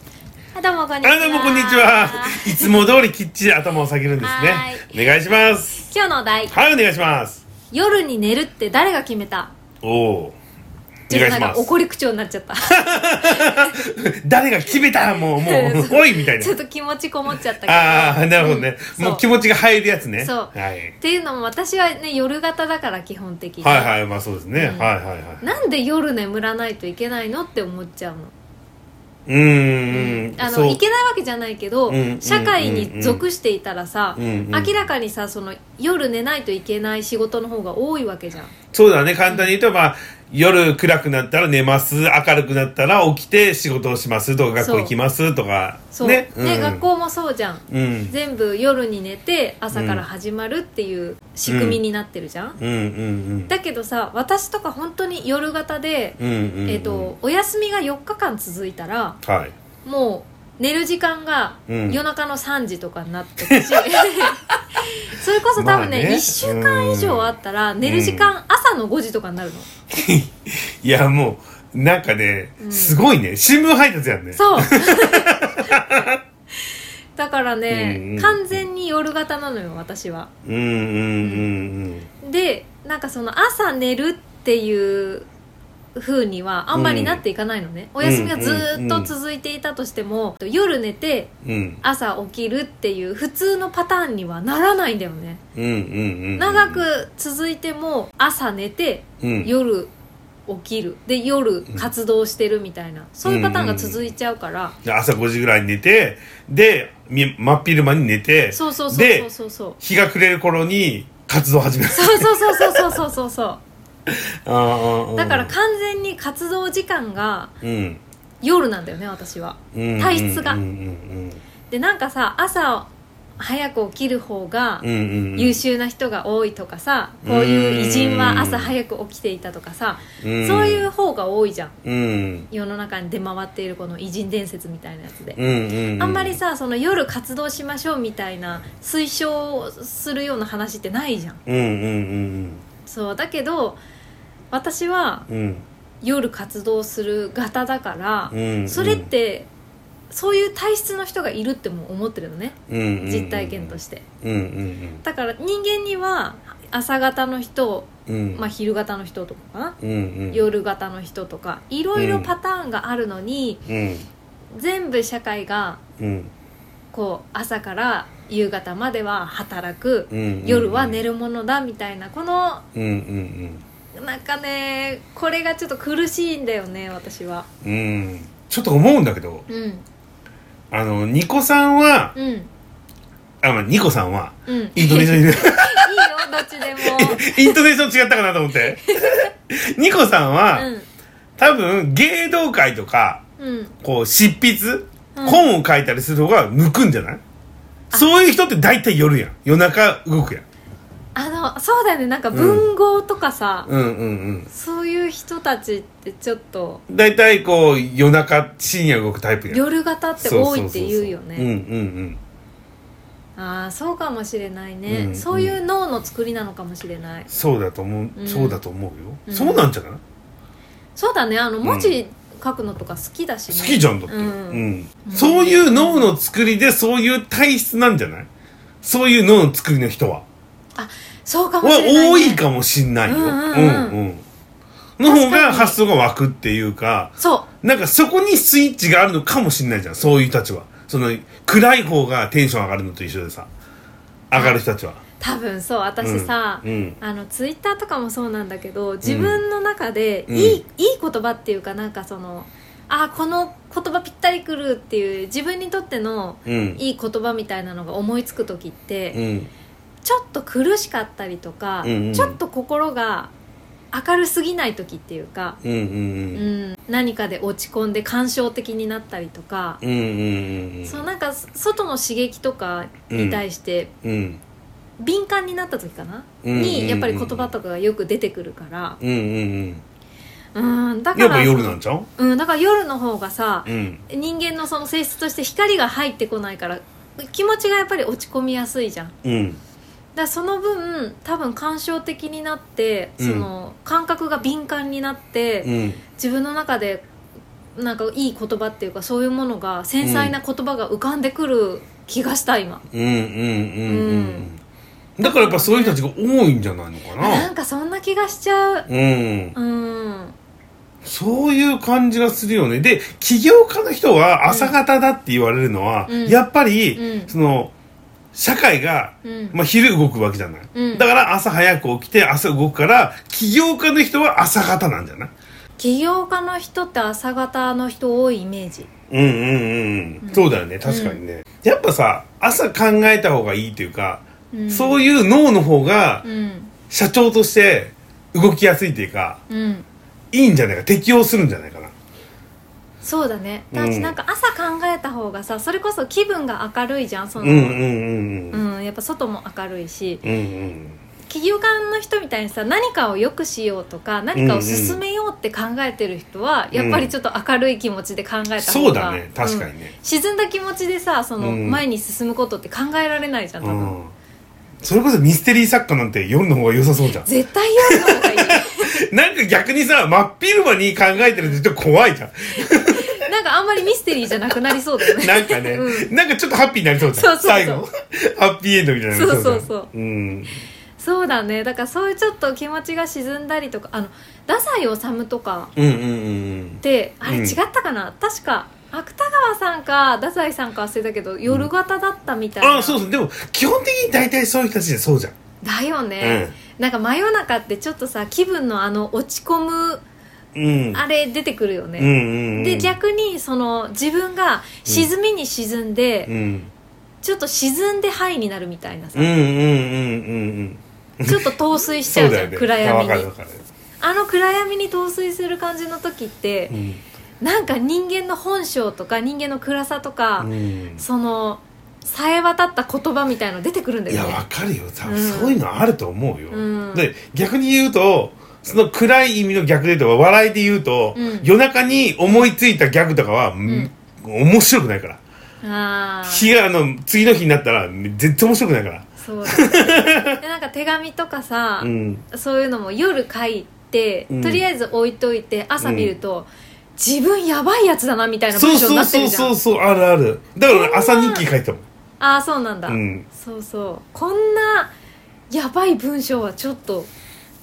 もこんにちは。あどうもこんにちは。いつも通りきっちり頭を下げるんですはね。お願いします。今日のお題、はい、お願いします。夜に寝るって誰が決めたおお。お願いなしんまかす。怒り口調になっちゃった。誰が決めたもう、も う、そうおいみたいなちょっ。と気持ちこもっちゃったけど。ああ、なるほどね。うんそもうう気持ちが入るやつね。そうはいっ。ていうのも私はね、夜型だから基本的に。はいはい、まあそうですね。うんはいはいはい。なんで夜眠らないといけないのって思っちゃうの。うーん。あそのういけないわけじゃないけど、うん社会に属していたらさ、うんうん明らかにさその夜寝ないといけない仕事の方が多いわけじゃんそうだね。簡単に言うと、まあ、夜暗くなったら寝ます。明るくなったら起きて仕事をしますとか、学校そう行きますとか。そう、ね。で、うん学。校もそうじゃんうん。全部夜に寝て朝から始まるっていう仕組みになってるじゃん、うんうんだけどさ私とか本当に夜型で、うん。うんうんうん。えっとお休みが4日間続いたらはい。もう寝る時間がうん夜中の3時とかになって るし、それこそ多分ね,、まあね1週間以上あったら寝る時間朝の5時とかになるの、 いや、もう、なんかね、うんすごいね。新聞配達やんね。 そうだからね、うんうん完全に夜型なのよ私はうんうんうんでなんかその朝寝るっていう風にはあんまりなっていかないのね、お休みがずーっと続いていたとしても、夜寝てうん。うん。朝起きるっていう普通のパターンにはならないんだよね、うんうんうん。長、く続いても朝寝てうん。夜起きるで夜活動してるみたいなそういうパターンが続いちゃうから、朝5時ぐらいに寝て、で、み真っ昼間に寝て、そうそうそうそでう、そうそう日が暮れる頃に活動始める。そうそうそうそうそうそうそうそ ああああうだから完全に活動時間がうん。夜なんだよね私はうん体質がうんうんでなんかさ朝早く起きる方がうん。うんうんうん。優秀な人が多いとかさ、こういう偉人は朝早く起きていたとかさ、うんそういう。方が多いじゃんうん。世の中に出回っているこの偉人伝説みたいなやつで、うんうんう。あんまり、さその夜活動しましょうみたいな推奨するような話ってないじゃんうんうんうんそうだけど私はうん。うん夜活動する型だから、うんうん。それってそういう体質の人がいるっても思ってるのねうんうんうん、実体験としして、て。うんうんだから人間には朝型の人、うん。うんまあ、、昼型の人とかかな、うんうん。。夜型の人とかいろいろパターンがあるのに、うん全部社会がうんこう朝から夕方までは働く、うんうん。夜は寝るものだみたいなこのうんうんなんかねこれがちょっと苦しいんだよね私はうんうんちょっと思うんだけどうんあのニコさんはうんあまあニコさんはうんいいよイントネーショどっち でも ンイントネーション違ったかなと思ってニコさんは、多分芸能界とかうんうんこう執筆、うん本を書いたりする方が向くんじゃないそういう人って大体夜やん夜中動くやんあのそうだよねなんか文豪とかさ、うんうんうんそういう人たちってちょっと大体こう夜中深夜動くタイプやん夜型って多いって言うよそうそうそうそううんねうんああそうかもしれないね、うんそういう脳の作りなのかもしれないそうだと思う、うんそうだと思うよ、うんそうなんじゃないそうだねあの文字書くのとか好きだしね好きじゃんだって、ううんんそういう脳の作りでそういう体質なんじゃないそういう脳の作りの人は、そうかもしはれない、ね、多いかもしんないよ、ううんうんうんんうんの方確かがに発想が湧くっていうかそなんかそこにスイッチがあるのかもしんないじゃんそういう人たちはその暗い方がテンション上がるのと一緒でさ上がる人たちはう多分そう私さ、うんうんあのツイッターとかもそうなんだけど自分の中でいうんい,、いい言葉っていうかなんかそのあーこの言葉ぴったりくるっていう自分にとってのうんいい言葉みたいなのが思いつく時って、うんちょっと苦しかったりとか、うんうんちょっと心が明るすぎない時っていうか、うんうんううんうんん、何かで落ち込んで感傷的になったりとか、うんうんうんそうなんか外の刺激とかに対してうん敏感になった時かな、うんうんうんにやっぱり言葉とかがよく出てくるから、うんうんうん、だうんかやっぱら夜なんちゃううん、だから夜の方がさ、うん人間のその性質として光が入ってこないから気持ちがやっぱり落ち込みやすいじゃん。うんだからその分多分感傷的になって、うそんの感覚が敏感になって、うん自分の中でなんかいい言葉っていうかそういうものが繊細な言葉が浮かんでくる気がした今、うんうんうんうんだからやっぱそういう人たちが多いんじゃないのかななんかそんな気がしちゃううんうんそういう感じがするよねで起業家の人は朝方だって言われるのは、うんやっぱり、うんその社会が、うんまあ、昼動くわけじゃない、うんだから朝早く起きて朝動くから起業家の人は朝方なんじゃない起業家の人って朝方の人多いイメージうんうんうん、うん、そうだよね確かにね、やっぱさ朝考えた方がいいというか、うんそういう脳の方がうん社長として動きやすいというかうんいいんじゃないか適応するんじゃないかなそうだねうだんしなんか朝考えた方がさそれこそ気分が明るいじゃんそうんの、うんうんうんうんやっぱ外も明るいしうんうん起業家の人みたいにさ何かを良くしようとか何かを進めようって考えてる人は、んうんやっぱりちょっと明るい気持ちで考えた方がそうだね確かうんにね沈んだ気持ちでさそのうん前に進むことって考えられないじゃんう多分、んそれこそミステリー作家なんて夜の方が良さそ うじゃん絶対夜の方がいい なんか逆にさ真っ昼間に考えてるってちょっと怖いじゃんなんかあんまりミステリーじゃなくなりそうだよねなんかね、うなんかちょっとハッピーになりそうじゃそうんそうそう最後ハッピーエンドみたいになりじゃんそうそうそううんそうだねだからそういうちょっと気持ちが沈んだりとかあの太宰治とかうんうんうんってあれうん違ったかな、確か芥川さんか太宰さんか忘れたけど夜型だったみたいな、あそうそうでも基本的に大体そういう人たちでそうじゃんだよね、なんか真夜中ってちょっとさ気分のあの落ち込むうんあれ出てくるようんうね、んうんで逆にその自分が沈みに沈んで、うんちょっと沈んでハイになるみたいなさ、うんうんうんうんうんちょっと陶酔しちゃうじゃん、暗あ闇わかるにわかるあの暗闇に陶酔する感じの時って、うんなんか人間の本性とか人間の暗さとか、うんそのさえ渡った言葉みたいの出てくるんだいよやねわかるよ多う分んそういうのあると思うよ、うんで逆に言うとその暗い意味の逆で言うと笑いで言うと、うん夜中に思いついたギャグとかは、ん面白くないからああ日があの次の日になったら絶対面白くないからそうだ、ね、でなんか手紙とかさ、 うんそういうのも夜書いて、うんとりあえず置いといて朝見ると、自分やばいやつだなみたいなそ文う章にそなうってそるうじそゃうんそうあるあるだから俺朝日記書いてたもんああそうなんだ、うんそうそうこんなやばい文章はちょっと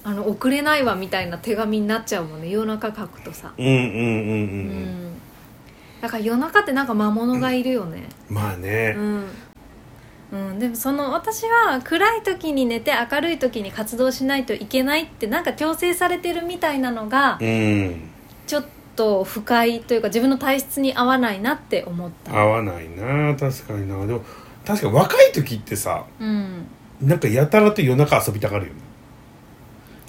あの送れないわみたいな手紙になっちゃうもんね夜中書くとさうんうんうんううんうんんだから夜中ってなんか魔物がいるよねまあねうん、うん、でもその私は暗い時に寝て明るい時に活動しないといけないってなんか強制されてるみたいなのがうんちょっと不快というか自分の体質に合わないなって思った合わないな確かになでも確かに若い時ってさうんなんかやたらと夜中遊びたがるよね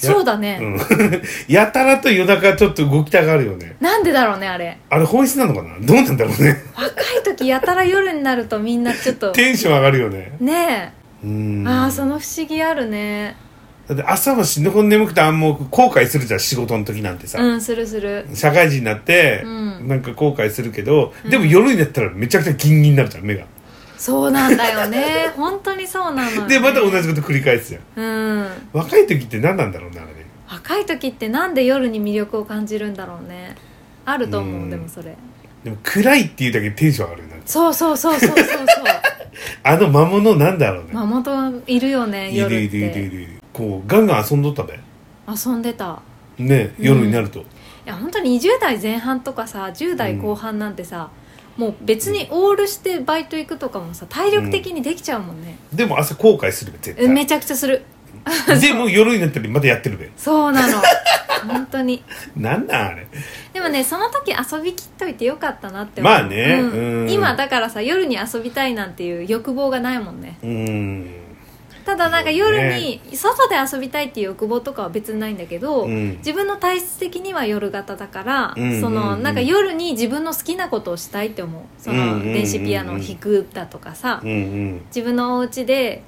やそうだね、うん やたらと夜中ちょっと動きたがるよねなんでだろうねあ れあれ本質なのかなどうなんだろ うね若い時やたら夜になるとみんなちょっとテンション上がるよねねうんえああその不思議あるねだって朝は死ぬほど眠くて暗黙後悔するじゃん仕事の時なんてさ、うんするする社会人になって、うんなんか後悔するけどでも夜になったらめちゃくちゃギンギンになるじゃん目が、そうなんだよ ね本当にそうなのよねでまた同じこと繰り返すじゃんうん若い時って何なんだろうなあれね若い時ってなんで夜に魅力を感じるんだろうねあると思う、うんでもそれでも暗いっていうだけでテンション上がるよなそうそうそうそうそうそう あの魔物なんだろうね、ママ友いるよねいる夜いっるいるいてるいるこうガンガン遊んどったべ遊んでたねうん夜になると、いや本当に20代前半とかさ10代後半なんてさ、もう別にオールしてバイト行くとかもさ体力的にできちゃうもんね、でも朝後悔するべ絶えめ対ちゃくちゃするでも夜になったらまたやってるべそうなの 本当になんなんあれでもねその時遊びきっといてよかったなって思うまあねうんうん今だからさ夜に遊びたいなんていう欲望がないもんねうんただなんか夜に外で遊びたいっていう欲望とかは別にないんだけど、うん自分の体質的には夜型だから、うんうんうんそのなんか夜に自分の好きなことをしたいって思うそうんうんのうんうん電子ピアノを弾くだとかさ、うんうん自分のお家で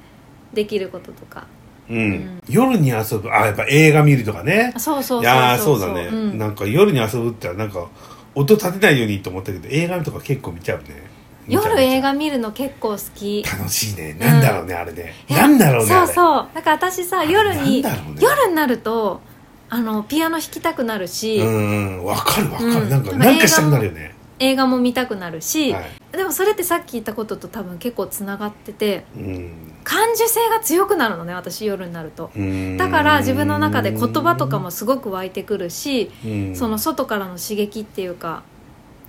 できることとかうん、ん夜に遊ぶあやっぱ映画見るとかねあそうそうそうそういやーそうだね、んなんか夜に遊ぶってなんか音立てないようにと思ったけど映画とか結構見ちゃうね見ちゃう夜映画見るの結構好き楽しいねなんだろうね、あれねなんだろうねそあうれそうだから私さ夜になんだろうね夜になるとあのピアノ弾きたくなるし、うんわかるわかる、うんなんかだからなんかしたくなるよね映画も見たくなるし、はいでもそれってさっき言ったことと多分結構つながっててうん感受性が強くなるのね私夜になると。うんだから自分の中で言葉とかもすごく湧いてくるし、うんその外からの刺激っていうか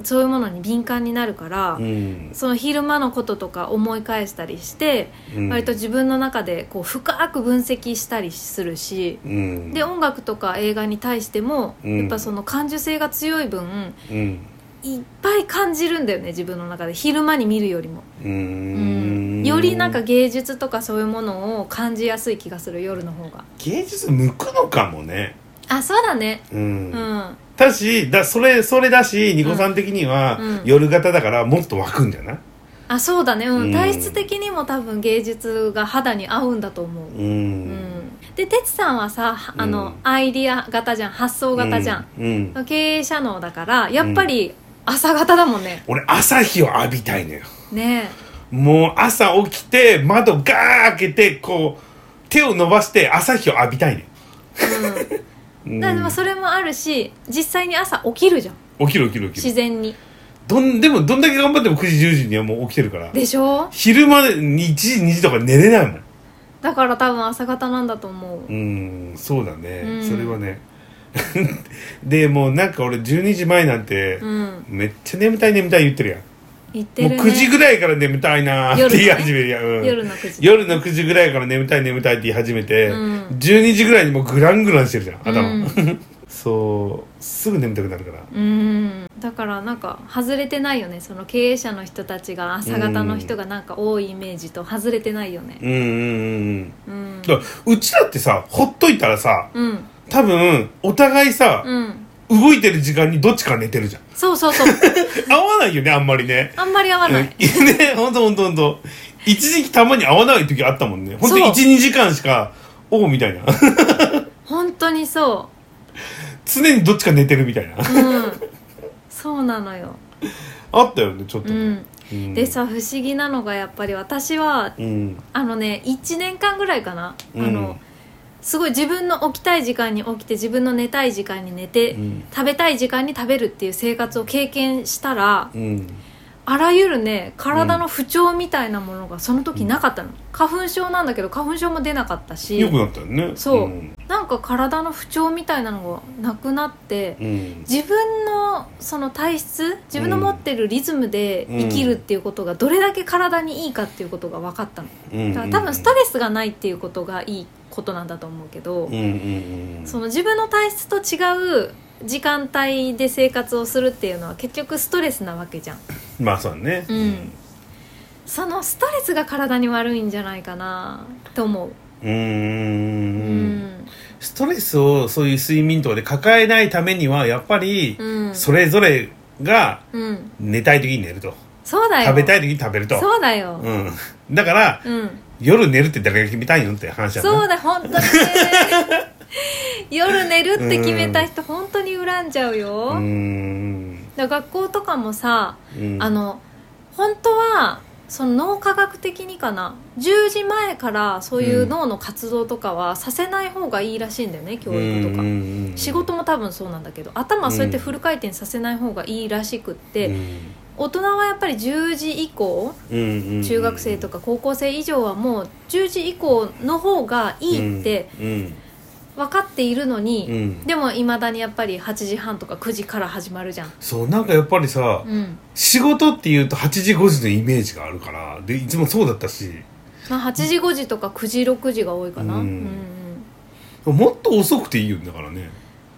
そういうものに敏感になるから、うんその昼間のこととか思い返したりして、うん割と自分の中でこう深く分析したりするし、うんで音楽とか映画に対しても、うんやっぱその感受性が強い分うんいっぱい感じるんだよね自分の中で昼間に見るよりも、ううんんよりなんか芸術とかそういうものを感じやすい気がする夜の方が芸術向くのかもねあそうだねうん、うんだしだそれそれだしニコさん的には、うん夜型だからもっと湧くんじゃないあそうだね、うんうん体質的にも多分芸術が肌に合うんだと思う、ううんんでてつさんはさあの、うんアイディア型じゃん発想型じゃん、うん、うん経営者能だからやっぱり朝型だもんね、俺朝日を浴びたいのよねもう朝起きて窓ガーッ開けてこう手を伸ばして朝日を浴びたいのよえ、うんうん、だからでもそれもあるし実際に朝起きるじゃん起きる起きる起き自る然にどんでもどんだけ頑張っても9時10時にはもう起きてるからでしょ昼までに1時2時とか寝れないもんだから多分朝方なんだと思う、うんそうだね、うんそれはね でもうなんか俺12時前なんて、うんめっちゃ眠たい眠たい言ってるやん言ってるねもう9時ぐらいから眠たいなーって言い夜のね始めるやん、うん夜の9時夜の9時ぐらいから眠たい眠たいって言い始めて、うん12時ぐらいにもうグラングランしてるじゃん頭、うん そうすぐ眠たくなるからうんだからなんか外れてないよねその経営者の人たちが朝方の人がなんか多いイメージと外れてないよねうんうんうんうんだからうちだってさほっといたらさうん多分お互いさ、うん動いてる時間にどっちか寝てるじゃんそうそう そう合わないよねあんまりねあんまり合わない、うんねほんとほんとほんと一時期たまに合わない時あったもんねほんとそう12時間しかおうみたいな 本当にそ常にどっちか寝てるみたいなううんそうなのよあったよねちょっとうね、んうんでさ不思議なのがやっぱり私はうんあのね1年間ぐらいかな、うんあのすごい自分の起きたい時間に起きて自分の寝たい時間に寝て、うん食べたい時間に食べるっていう生活を経験したらうんあらゆるね体の不調みたいなものがその時なかったの、花粉症なんだけど花粉症も出なかったしよくなったよねそううんなんか体の不調みたいなのがなくなってうん自分のその体質自分の持ってるリズムで生きるっていうことがどれだけ体にいいかっていうことが分かったのうんだから多分ストレスがないっていうことがいいことなんだと思うけど、うんうんうんその自分の体質と違う時間帯で生活をするっていうのは結局ストレスなわけじゃんまあそうだねうんそのストレスが体に悪いんじゃないかなと思ううんうんううんうんんストレスをそういう睡眠とかで抱えないためにはやっぱりうんそれぞれがうん寝たい時に寝るとそうだよ食べたいい時に食べるとそうだようん、だからうん夜寝るって誰が決めたいのって話だそうねだ本当にね 夜寝るって決めた人本当に恨んじゃうようーんだから学校とかもさうんあの本当はその脳科学的にかな10時前からそういう脳の活動とかはさせない方がいいらしいんだよね、教育とか、うんうんうん仕事も多分そうなんだけど頭はそうやってフル回転させない方がいいらしくって、うん大人はやっぱり10時以降うんうん中学生とか高校生以上はもう10時以降の方がいいってうん分かっているのうんうに、んでもいまだにやっぱり8時半とか9時から始まるじゃん。そうなんかやっぱりさ、うん仕事っていうと8時5時のイメージがあるからでいつもそうだったしまあ、8時5時とか9時6時が多いかな、ううんんうんもっと遅くていいよねだからね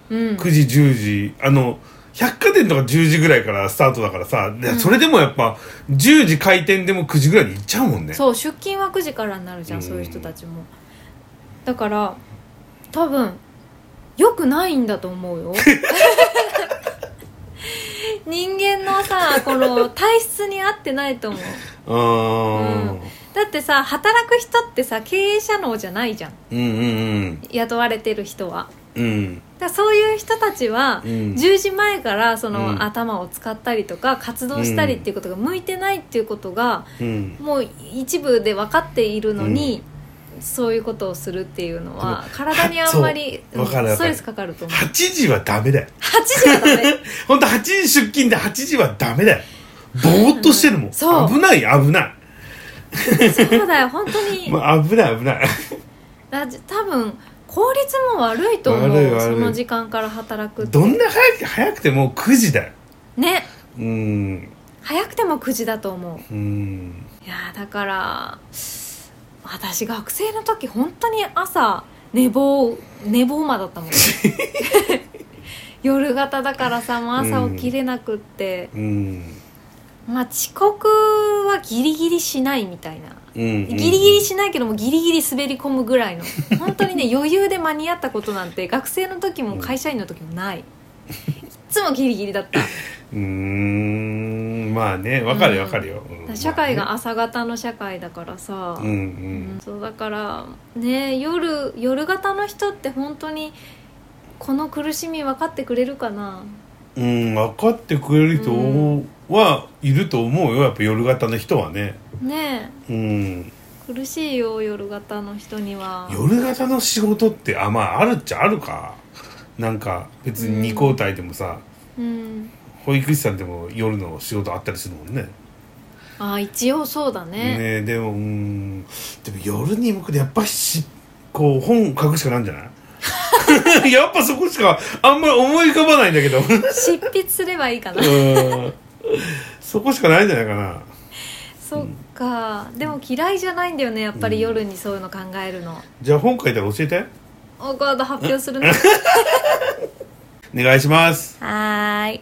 うん、 9時10時あの百貨店とか10時ぐらいからスタートだからさ、でうんそれでもやっぱ10時開店でも9時ぐらいに行っちゃうもんねそう出勤は9時からになるじゃん、うんそういう人たちもだから多分よくないんだと思 うよ人間のさこの体質に合ってないと思ううーんうんだってさ働く人ってさ経営者能じゃないじゃんうんうん雇われてる人はうんうんだからそういう人たちは、うん10時前からその、うん頭を使ったりとか活動したりっていうことが向いてないっていうことが、うんもう一部で分かっているのに、そういうことをするっていうのはでも体にあんまり そうわかるうんわかるストレスかかると思う8時はダメだよ8時だとね本当8時出勤で8時はダメだよぼーっとしてるもんそう危ない危ない、そうだよ本当に、 まあ、危ない危ないだ多分効率も悪いと思う悪い悪いその時間から働くってどんな早く早くても9時だよねうーん早くても9時だと思ううーんいやーだから私学生の時本当に朝寝坊寝坊魔だったもん 夜型だからさもう朝起きれなくって、うーんまあ遅刻はギリギリしないみたいなうんうんギリギリしないけどもギリギリ滑り込むぐらいの本当にね余裕で間に合ったことなんて学生の時も会社員の時もないいっつもギリギリだったうーんまあねわかるようんわかるよ、うん社会まが朝型の社会だからさ、あねうんそうだからね夜夜型の人って本当にこの苦しみ分かってくれるかなうん、うん、分かってくれる人はいると思うよやっぱ夜型の人はねねうんえ苦しいよ夜型の人には夜型の仕事ってあまああるっちゃあるかなんか別に二交代でもさ、うん保育士さんでも夜の仕事あったりするもんねああ一応そうだねねでもうんでも夜に向くとやっぱしこう本書くしかないんじゃない やっぱそこしかあんまり思い浮かばないんだけど執筆すればいいかなうん そこしかないんじゃないかなそっかでも嫌いじゃないんだよねやっぱうんり夜にそういうの考えるのじゃあ本書いたら教えて おカード発表するねお願いしますはーい